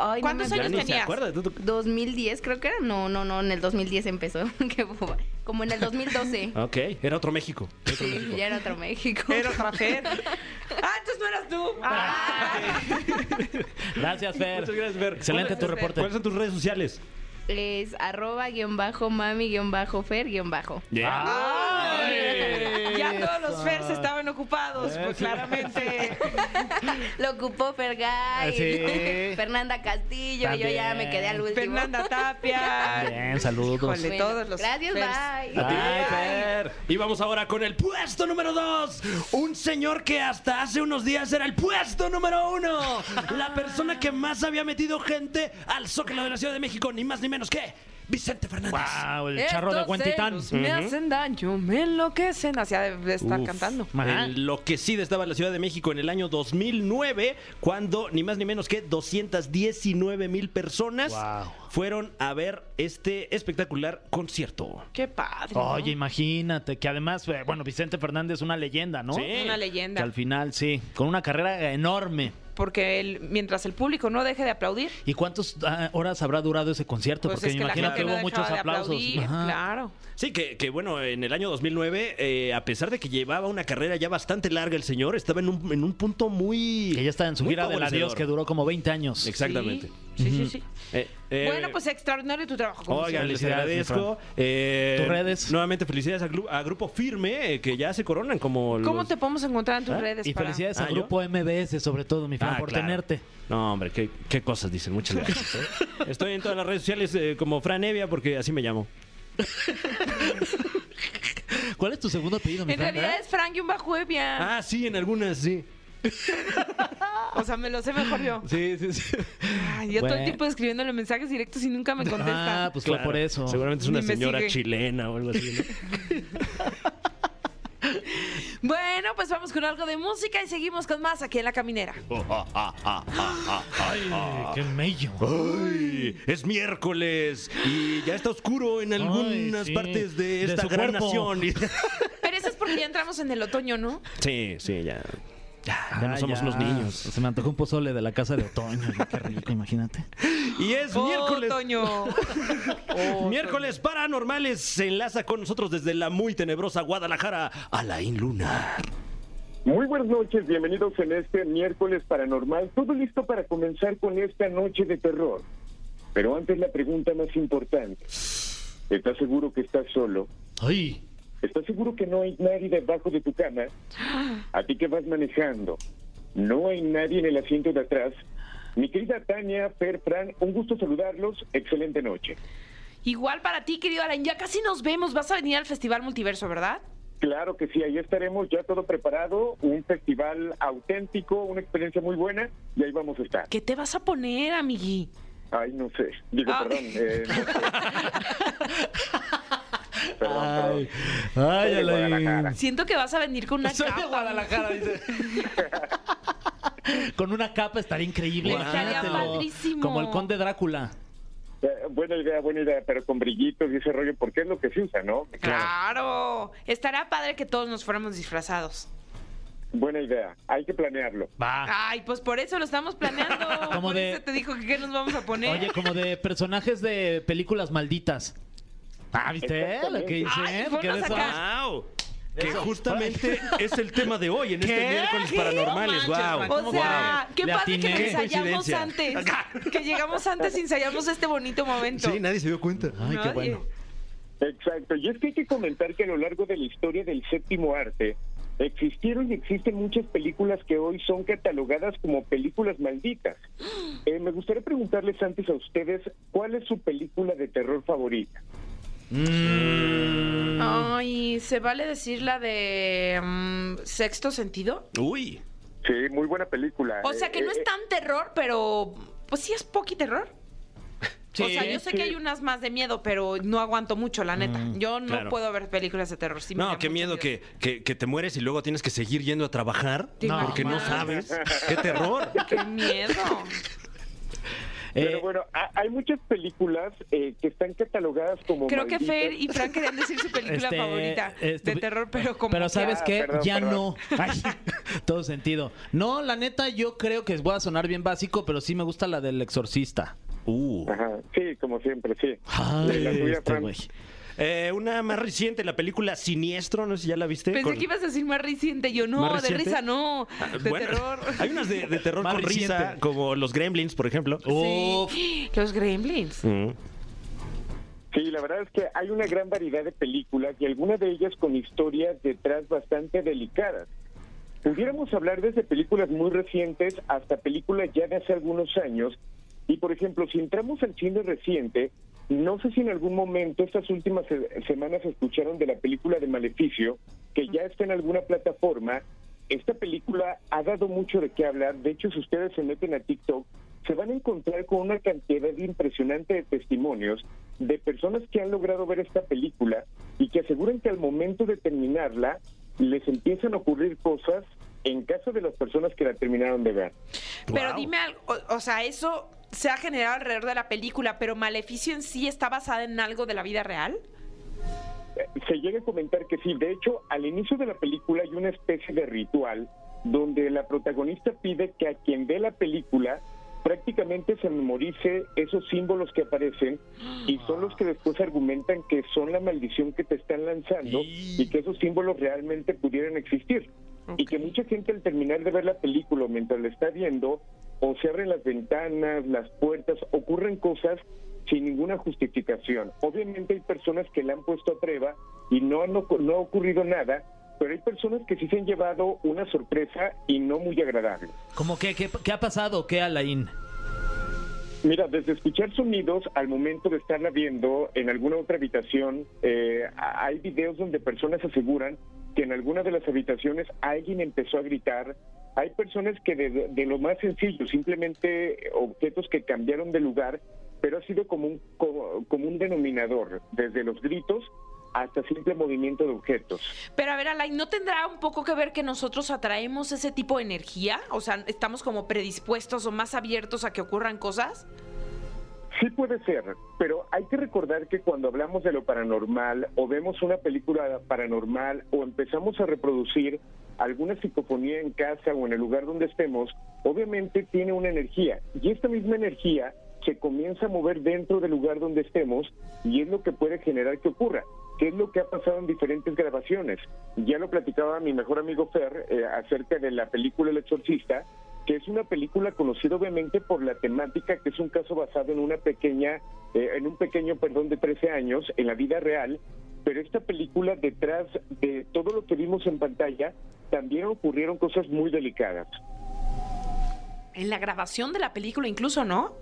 Ay, no
¿Cuántos
me
años
acuerdo.
ni se
tenías?
acuerda. tú- tú-
2010 creo que era. No, no, no, en el 2010 empezó. Qué boba. Como en el 2012.
Ok, era Ah, otro México.
sí, ya era otro México.
Pero otra Fer. Ah, entonces no eras tú. Ah.
Gracias, Fer.
Muchas gracias, Fer.
Excelente
¿Cuál-
tu reporte.
¿Cuáles son tus redes sociales?
Es arroba guión bajo mami guión bajo fer guión bajo.
Ah,
Ay. Ya todos los Fers estaban ocupados,
Eh,
pues
sí.
claramente.
Lo ocupó Fergay,
Sí.
Fernanda Castillo, yo ya me quedé al último.
Fernanda Tapia.
Bien, saludos.
Híjole. de todos los
Gracias,
Fers.
bye.
A ti.
Ay,
Ay.
Fer. Y vamos ahora con el puesto número 2. Un señor que hasta hace unos días era el puesto número 1. La persona que más había metido gente al Zócalo de la Ciudad de México, ni más ni menos que Vicente Fernández.
Wow, el charro de
Estos
Huentitán.
celos Me hacen daño, me enloquecen. Hacía de de estar
Uf,
cantando.
Ajá.
Enloquecida estaba la Ciudad de México en el año 2009, cuando ni más ni menos que 219 mil personas
Wow.
fueron a ver este espectacular concierto.
Qué padre. ¿no?
Oye, imagínate que además, eh, bueno, Vicente Fernández es una leyenda, ¿no?
Sí.
Una
Que
leyenda.
al final, sí, con una carrera enorme.
Porque el- mientras el público no deje de aplaudir,
¿Y cuántas ah, horas habrá durado ese concierto?
pues
Porque
es
me
que la
imagino
gente
que
no
hubo
dejaba
muchos
de
aplausos.
aplaudir.
Ajá.
Claro.
Sí, que, que, bueno, en el año 2009, eh, a pesar de que llevaba una carrera ya bastante larga el señor, estaba en un, en un punto muy...
Que ya está en su
muy
gira del
favorecedor.
adiós que duró como 20 años.
Exactamente.
Sí, sí, sí. sí.
Eh, eh,
bueno, pues extraordinario tu trabajo. como siempre.
Oigan, les
Felicidades, mi
agradezco. Eh,
Tus redes.
Nuevamente felicidades a, Gru- a Grupo Firme, eh, que ya se coronan como los-
¿Cómo te podemos encontrar en tus
¿Ah?
redes?
Y
para-
felicidades
Ah,
al
¿yo?
grupo MBS, sobre todo, mi Fran,
Ah,
por
claro.
tenerte.
No, hombre, qué, qué cosas dicen. Muchas gracias. ¿eh? Estoy en todas las redes sociales eh, como Fran Evia porque así me llamo.
¿Cuál es tu segundo apellido, mi
En
Fran?
realidad es Frank y un bajo Evia.
Ah, sí, en algunas sí.
O sea, me lo sé mejor yo.
Sí, sí, sí.
Ay, yo todo
Ah. Bueno.
el tiempo escribiéndole mensajes directos y nunca me contesta.
Ah, pues fue por eso.
Seguramente es una
Ni me
señora
sigue.
chilena o algo así. ¿no?
Bueno, pues vamos con algo de música y seguimos con más aquí en La Caminera.
Ay, qué mello.
¡Ay! Es miércoles y ya está oscuro en algunas
sí,
partes de
de
esta
su
gran
cuerpo.
nación. Y-
Pero eso es porque ya entramos en el otoño, ¿no?
Sí, sí, ya. Ya, ya no
Ah,
somos
ya.
los niños.
Se me antojó un pozole de la casa de otoño. Qué rico, imagínate.
Y es miércoles.
Otoño.
Miércoles Paranormales se enlaza con nosotros desde la muy tenebrosa Guadalajara, Alain Luna.
Muy buenas noches, bienvenidos en este miércoles paranormal. Todo listo para comenzar con esta noche de terror. Pero antes la pregunta más importante. ¿Estás seguro que estás solo?
Ay.
¿Estás seguro que no hay nadie debajo de tu cama? ¿A ti que vas manejando? ¿No hay nadie en el asiento de atrás? Mi querida Tania, Fer, Fran, un gusto saludarlos. Excelente noche.
Igual para ti, querido Alan, ya casi nos vemos. Vas a venir al Festival Multiverso, ¿verdad?
Claro que sí, ahí estaremos ya todo preparado. Un festival auténtico, una experiencia muy buena y ahí vamos a estar.
¿Qué te vas a poner, amigui?
Ay, no sé. Digo,
Ah.
perdón. eh, no sé. Perdón,
Ay,
perdón.
ay,
Soy de Guadalajara.
Alain.
Siento que vas a venir con una
Soy de
capa.
Guadalajara, dice. Con una capa estaría increíble.
Guau. Estaría
imagínatelo.
padrísimo.
Como el conde Drácula.
Eh, Buena idea, buena idea, pero con brillitos y ese rollo, porque es lo que se usa, ¿no?
Claro. Estará padre que todos nos fuéramos disfrazados.
Buena idea, hay que planearlo.
Va.
Ay, pues por eso lo estamos planeando.
Como
por
de-
¿eh? eso te dijo que qué nos vamos a poner.
Oye, como de personajes de películas malditas. Ah, ¿viste lo que hice?
Ay, ponlas
¿Qué de eso?
acá.
¡Wow! Que justamente es el tema de hoy en este
¿Qué?
miércoles
¿Qué? No manches,
paranormales. ¡Wow!
Franco.
O
¿Cómo
sea,
que
qué
le
padre que
atiné?
lo ensayamos
Qué
antes.
coincidencia.
Que llegamos antes y ensayamos este bonito momento.
Sí, nadie se dio cuenta.
Ay, qué
Nadie.
bueno.
Exacto, y es que hay que comentar que a lo largo de la historia del séptimo arte existieron y existen muchas películas que hoy son catalogadas como películas malditas. Eh, me gustaría preguntarles antes a ustedes cuál es su película de terror favorita.
Ay, ¿se vale decir la de mm, sexto sentido?
¡Uy!
Sí, muy buena película. eh,
O sea, que no es tan terror, pero pues sí es poqui terror. o sea, yo sé que hay unas más de miedo, pero no aguanto mucho, la neta. Yo no
claro.
puedo ver películas de terror. sí me
No,
da
qué
mucho
miedo que, que, que te mueres y luego tienes que seguir yendo a trabajar
Te
porque no
imaginas.
sabes. ¡Qué terror!
Qué miedo.
Pero
Eh,
bueno, ha- hay muchas películas eh, que están catalogadas como
Creo que
malditas.
Fer y Fran querían decir su película
este,
favorita
este,
de terror, pero como.
Pero
que-
¿sabes
Ah,
qué?
perdón,
ya
perdón.
no. Ay, todo sentido. No, la neta, yo creo que voy a sonar bien básico, pero sí me gusta la del exorcista.
¡Uh!
Ajá, sí, como siempre, sí.
Ay,
La tuya,
este
Fran.
güey.
Eh, una más reciente, la película Siniestro, no sé si ya la viste.
Pensé
con-
que ibas a decir más reciente. Yo no,
¿Más
de
reciente?
risa no.
Ah,
De
Bueno,
terror.
Hay unas de, de terror
Más
con risa,
reciente.
como los Gremlins, por ejemplo.
Uh.
Uf.
Sí. Los gremlins.
Mm.
Sí, la verdad es que hay una gran variedad de películas y algunas de ellas con historias detrás bastante delicadas. Pudiéramos hablar desde películas muy recientes hasta películas ya de hace algunos años. Y por ejemplo, si entramos al cine reciente, no sé si en algún momento estas últimas se- semanas escucharon de la película de Maleficio, que ya está en alguna plataforma. Esta película ha dado mucho de qué hablar. De hecho, si ustedes se meten a TikTok, se van a encontrar con una cantidad impresionante de testimonios de personas que han logrado ver esta película y que aseguran que al momento de terminarla les empiezan a ocurrir cosas en caso de las personas que la terminaron de ver.
Pero
Mm,
Wow.
dime algo. O, o sea, eso se ha generado alrededor de la película, pero Maleficio en sí está basada en algo de la vida real.
se llega a comentar que sí. De hecho, al inicio de la película hay una especie de ritual donde la protagonista pide que a quien ve la película prácticamente se memorice esos símbolos que aparecen y son los que después argumentan que son la maldición que te están lanzando y que esos símbolos realmente pudieran existir. Y que mucha gente al terminar de ver la película o mientras la está viendo, o se abren las ventanas, las puertas, ocurren cosas sin ninguna justificación. Obviamente hay personas que la han puesto a prueba y no, han ocu- no ha ocurrido nada, pero hay personas que sí se han llevado una sorpresa y no muy agradable.
¿Cómo que, qué, qué ha pasado? ¿Qué, Alain?
Mira, desde escuchar sonidos al momento de estarla viendo en alguna otra habitación, eh, a- hay videos donde personas aseguran que en alguna de las habitaciones alguien empezó a gritar. Hay personas que de, de lo más sencillo, simplemente objetos que cambiaron de lugar, pero ha sido como un, como, como un denominador, desde los gritos hasta simple movimiento de objetos.
Pero a ver, Alain, ¿no tendrá un poco que ver que nosotros atraemos ese tipo de energía? O sea, ¿estamos como predispuestos o más abiertos a que ocurran cosas?
Sí puede ser, pero hay que recordar que cuando hablamos de lo paranormal o vemos una película paranormal o empezamos a reproducir alguna psicofonía en casa o en el lugar donde estemos, obviamente tiene una energía y esta misma energía se comienza a mover dentro del lugar donde estemos y es lo que puede generar que ocurra. ¿Qué es lo que ha pasado en diferentes grabaciones? Ya lo platicaba mi mejor amigo Fer eh, acerca de la película El Exorcista, que es una película conocida obviamente por la temática, que es un caso basado en una pequeña, eh, en un pequeño, perdón, de 13 años, en la vida real, pero esta película detrás de todo lo que vimos en pantalla, también ocurrieron cosas muy delicadas.
En la grabación de la película incluso, ¿no?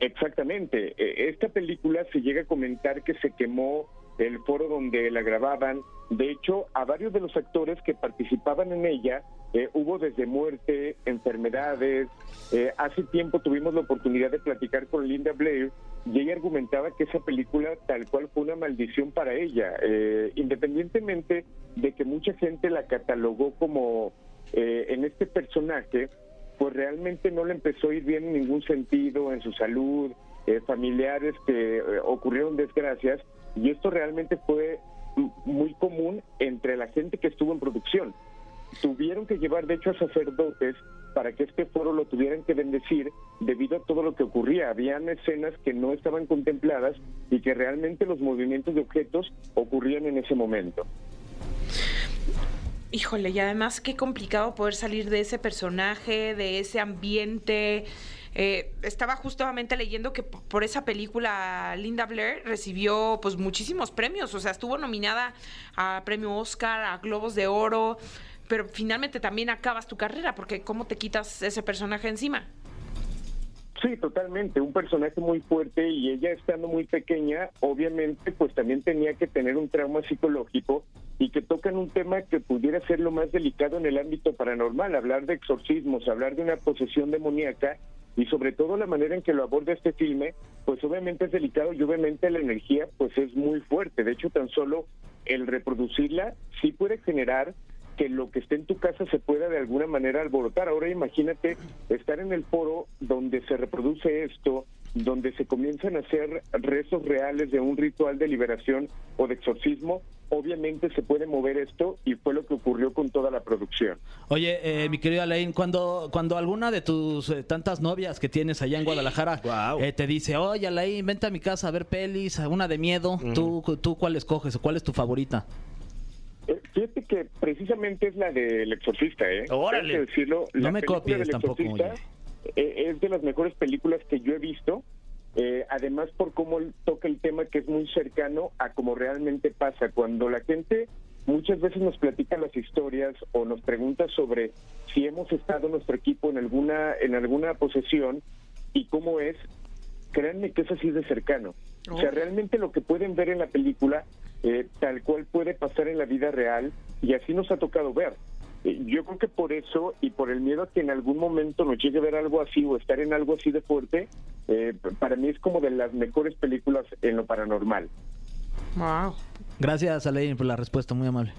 Exactamente. Eh, Esta película se llega a comentar que se quemó el foro donde la grababan. De hecho, a varios de los actores que participaban en ella eh, hubo desde muerte, enfermedades. Eh, hace tiempo tuvimos la oportunidad de platicar con Linda Blair y ella argumentaba que esa película tal cual fue una maldición para ella, eh, independientemente de que mucha gente la catalogó como eh, en este personaje pues realmente no le empezó a ir bien en ningún sentido en su salud, eh, familiares que eh, ocurrieron desgracias, y esto realmente fue m- muy común entre la gente que estuvo en producción. tuvieron que llevar de hecho a sacerdotes para que este foro lo tuvieran que bendecir debido a todo lo que ocurría. Habían escenas que no estaban contempladas y que realmente los movimientos de objetos ocurrían en ese momento.
Híjole, y además qué complicado poder salir de ese personaje, de ese ambiente. Eh, estaba justamente leyendo que p- por esa película Linda Blair recibió pues muchísimos premios, o sea, estuvo nominada a premio Oscar, a Globos de Oro, pero finalmente también acabas tu carrera porque cómo te quitas ese personaje encima.
Sí, totalmente, un personaje muy fuerte y ella estando muy pequeña, obviamente pues también tenía que tener un trauma psicológico y que tocan un tema que pudiera ser lo más delicado en el ámbito paranormal, hablar de exorcismos, hablar de una posesión demoníaca y sobre todo la manera en que lo aborda este filme, pues obviamente es delicado y obviamente la energía pues es muy fuerte, de hecho tan solo el reproducirla sí puede generar que lo que esté en tu casa se pueda de alguna manera alborotar. Ahora imagínate estar en el foro donde se reproduce esto, donde se comienzan a hacer rezos reales de un ritual de liberación o de exorcismo. Obviamente se puede mover esto y fue lo que ocurrió con toda la producción.
Oye, eh, mi querido Alain, cuando, cuando alguna de tus eh, tantas novias que tienes allá en Guadalajara
Guau.
eh, te dice, oye, Alain, vente a mi casa a ver pelis, una de miedo, ¿tú, ¿tú cuál escoges o cuál es tu favorita?
Eh, Fíjate que precisamente es la del exorcista, ¿eh?
Órale.
Tengo que decirlo,
No
la
me
película
copies
del
tampoco,
Exorcista, eh, es de las mejores películas que yo he visto, eh, además por cómo él toca el tema que es muy cercano a como realmente pasa. Cuando la gente muchas veces nos platica las historias o nos pregunta sobre si hemos estado nuestro equipo en alguna, en alguna posesión y cómo es, créanme que es así de cercano. O sea,
Oh.
realmente lo que pueden ver en la película, eh, tal cual puede pasar en la vida real, y así nos ha tocado ver. Eh, Yo creo que por eso y por el miedo a que en algún momento nos llegue a ver algo así o estar en algo así de fuerte, eh, p- para mí es como de las mejores películas en lo paranormal.
Wow.
Gracias, Alain, por la respuesta, muy amable.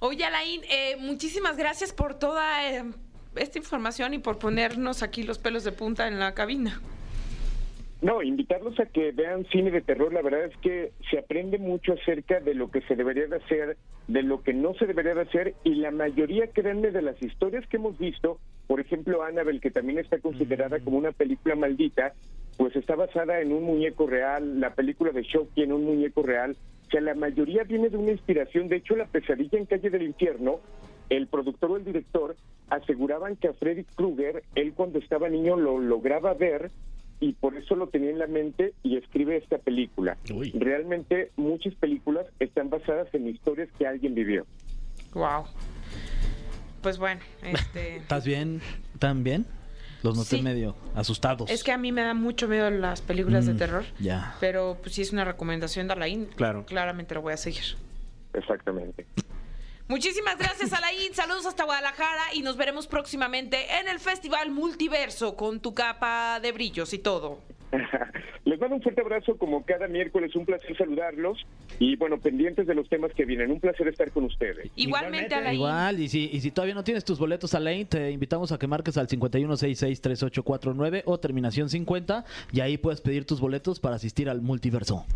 Oye, Alain, eh, muchísimas gracias por toda eh, esta información y por ponernos aquí los pelos de punta en la cabina.
No, invitarlos a que vean cine de terror. La verdad es que se aprende mucho acerca de lo que se debería de hacer, de lo que no se debería de hacer, y la mayoría, créanme, de las historias que hemos visto, por ejemplo, Annabelle, que también está considerada como una película maldita, pues está basada en un muñeco real, la película de Shock tiene un muñeco real, o sea, la mayoría viene de una inspiración, de hecho, la pesadilla en Calle del Infierno, el productor o el director aseguraban que a Freddy Krueger, él cuando estaba niño lo lograba ver y por eso lo tenía en la mente y escribe esta película.
Uy.
Realmente muchas películas están basadas en historias que alguien vivió.
Wow. Pues bueno, este.
¿Estás bien? ¿Tan bien? Los noté
Sí.
medio asustados.
es que a mí me da mucho miedo las películas de
Mm,
terror.
ya.
Pero pues sí es una recomendación de Alain.
Claro.
Claramente lo voy a seguir.
Exactamente.
Muchísimas gracias, Alain. Saludos hasta Guadalajara y nos veremos próximamente en el Festival Multiverso con tu capa de brillos y todo.
Les mando un fuerte abrazo como cada miércoles, un placer saludarlos y bueno, pendientes de los temas que vienen. Un placer estar con ustedes.
Igualmente,
Igualmente.
Alain.
Igual, y si, y si todavía no tienes tus boletos, Alain, te invitamos a que marques al 51663849 o terminación 50 y ahí puedes pedir tus boletos para asistir al multiverso.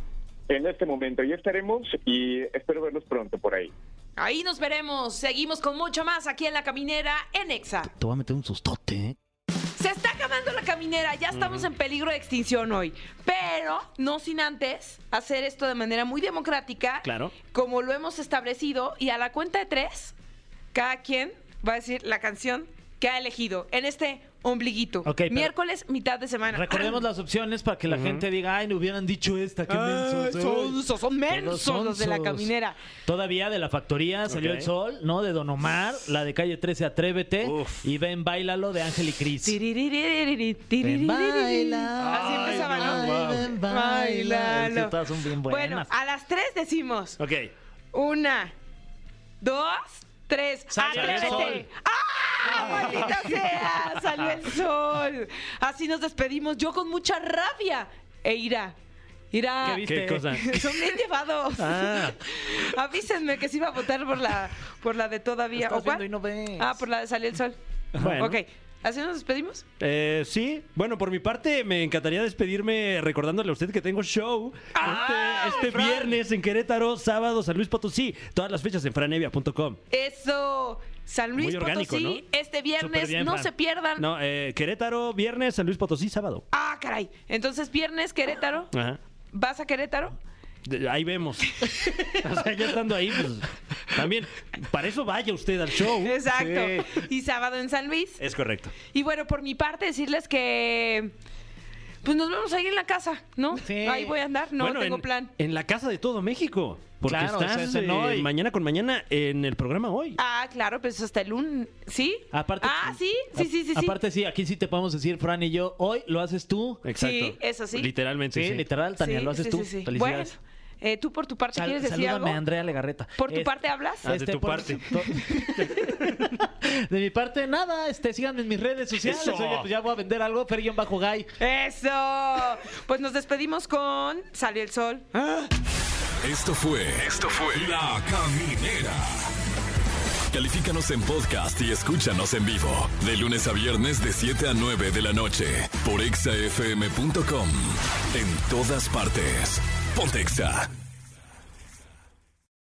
En este momento ya estaremos y espero verlos pronto por ahí.
Ahí nos veremos. Seguimos con mucho más aquí en La Caminera en Exa.
Te voy a meter un sustote, ¿eh?
Se está acabando la caminera, ya estamos en peligro de extinción hoy. Pero no sin antes hacer esto de manera muy democrática.
Claro.
Como lo hemos establecido. Y a la cuenta de tres, cada quien va a decir la canción que ha elegido en este ombliguito.
Ok, pero-
Miércoles, mitad de semana.
Recordemos las opciones para que la gente diga, ay, no hubieran dicho esta,
Ah,
qué mensos,
Son
ay".
sonsos, son mensos
Todos
los de la
sonsos.
caminera.
Todavía de la factoría salió
Ok.
el sol, ¿no? De Don Omar, la de calle 13, Atrévete,
Uf.
y ven, bailalo de Ángel y Cris.
Tiririririri,
Ven,
tiririririri.
Ah,
Así
baila.
empezaba, ¿no?
Ay, ven, baila.
Bailalo.
Sí, todas son bien buenas.
Bueno, ah, a las tres decimos.
Ok.
Una, dos, tres.
Salió el
¡Atrévete! ¡Ah! ¡Maldita sea! ¡Salió el sol! Así nos despedimos. Yo con mucha rabia e ira. Ira.
¿Qué viste?
¿Qué cosa?
Son bien llevados.
Ah.
Avísenme que se iba a votar por la, por la de todavía.
Estás
¿O cuál?
viendo y no ves.
Ah, por la de salió el sol.
Bueno.
Ok. ¿Así nos despedimos?
Eh, sí, bueno, por mi parte me encantaría despedirme recordándole a usted que tengo show
¡Ah,
este, este
Fran!
viernes en Querétaro, sábado San Luis Potosí, todas las fechas en franevia.com.
Eso. San Luis
Muy orgánico,
Potosí,
¿no?
este viernes,
Súper bien,
no
Fran.
se pierdan.
No, eh, Querétaro, viernes, San Luis Potosí, sábado.
Ah, caray. Entonces, viernes, Querétaro.
Ajá.
¿Vas a Querétaro?
De- Ahí vemos. o sea, ya estando ahí, pues también, para eso vaya usted al show.
Exacto.
Sí.
Y sábado en San Luis.
Es correcto.
Y bueno, por mi parte, decirles que. Pues nos vemos ahí en la casa, ¿no?
Sí.
Ahí voy a andar, no
Bueno,
tengo
en,
plan.
En la casa de todo México. Porque
Claro, o sea,
estás
es en
eh,
hoy.
mañana con mañana en el programa hoy.
Ah, claro, pues hasta el lunes. ¿Sí?
Aparte,
ah, sí, sí, sí, sí. sí.
Aparte, sí, aquí sí te podemos decir, Fran y yo, hoy lo haces tú.
Exacto.
sí, eso sí.
Literalmente,
Sí,
sí.
literal, Tania,
Sí,
lo haces
sí,
tú.
sí, sí. Bueno,
Felicidades.
eh, tú por tu parte
Sal-
quieres decir
salúdame
algo.
a Andrea Legarreta.
¿Por tu
Es-
parte hablas?
Ah, de tu
por-
parte.
de mi parte, nada. Este, síganme en mis redes sociales.
Eso.
Oye, pues ya voy a vender algo. bajo gay
Eso. Pues nos despedimos con Salió el sol.
Esto fue. Esto fue. La Caminera. Califícanos en podcast y escúchanos en vivo. De lunes a viernes, de 7 a 9 de la noche. Por exafm.com. En todas partes. Pontexa.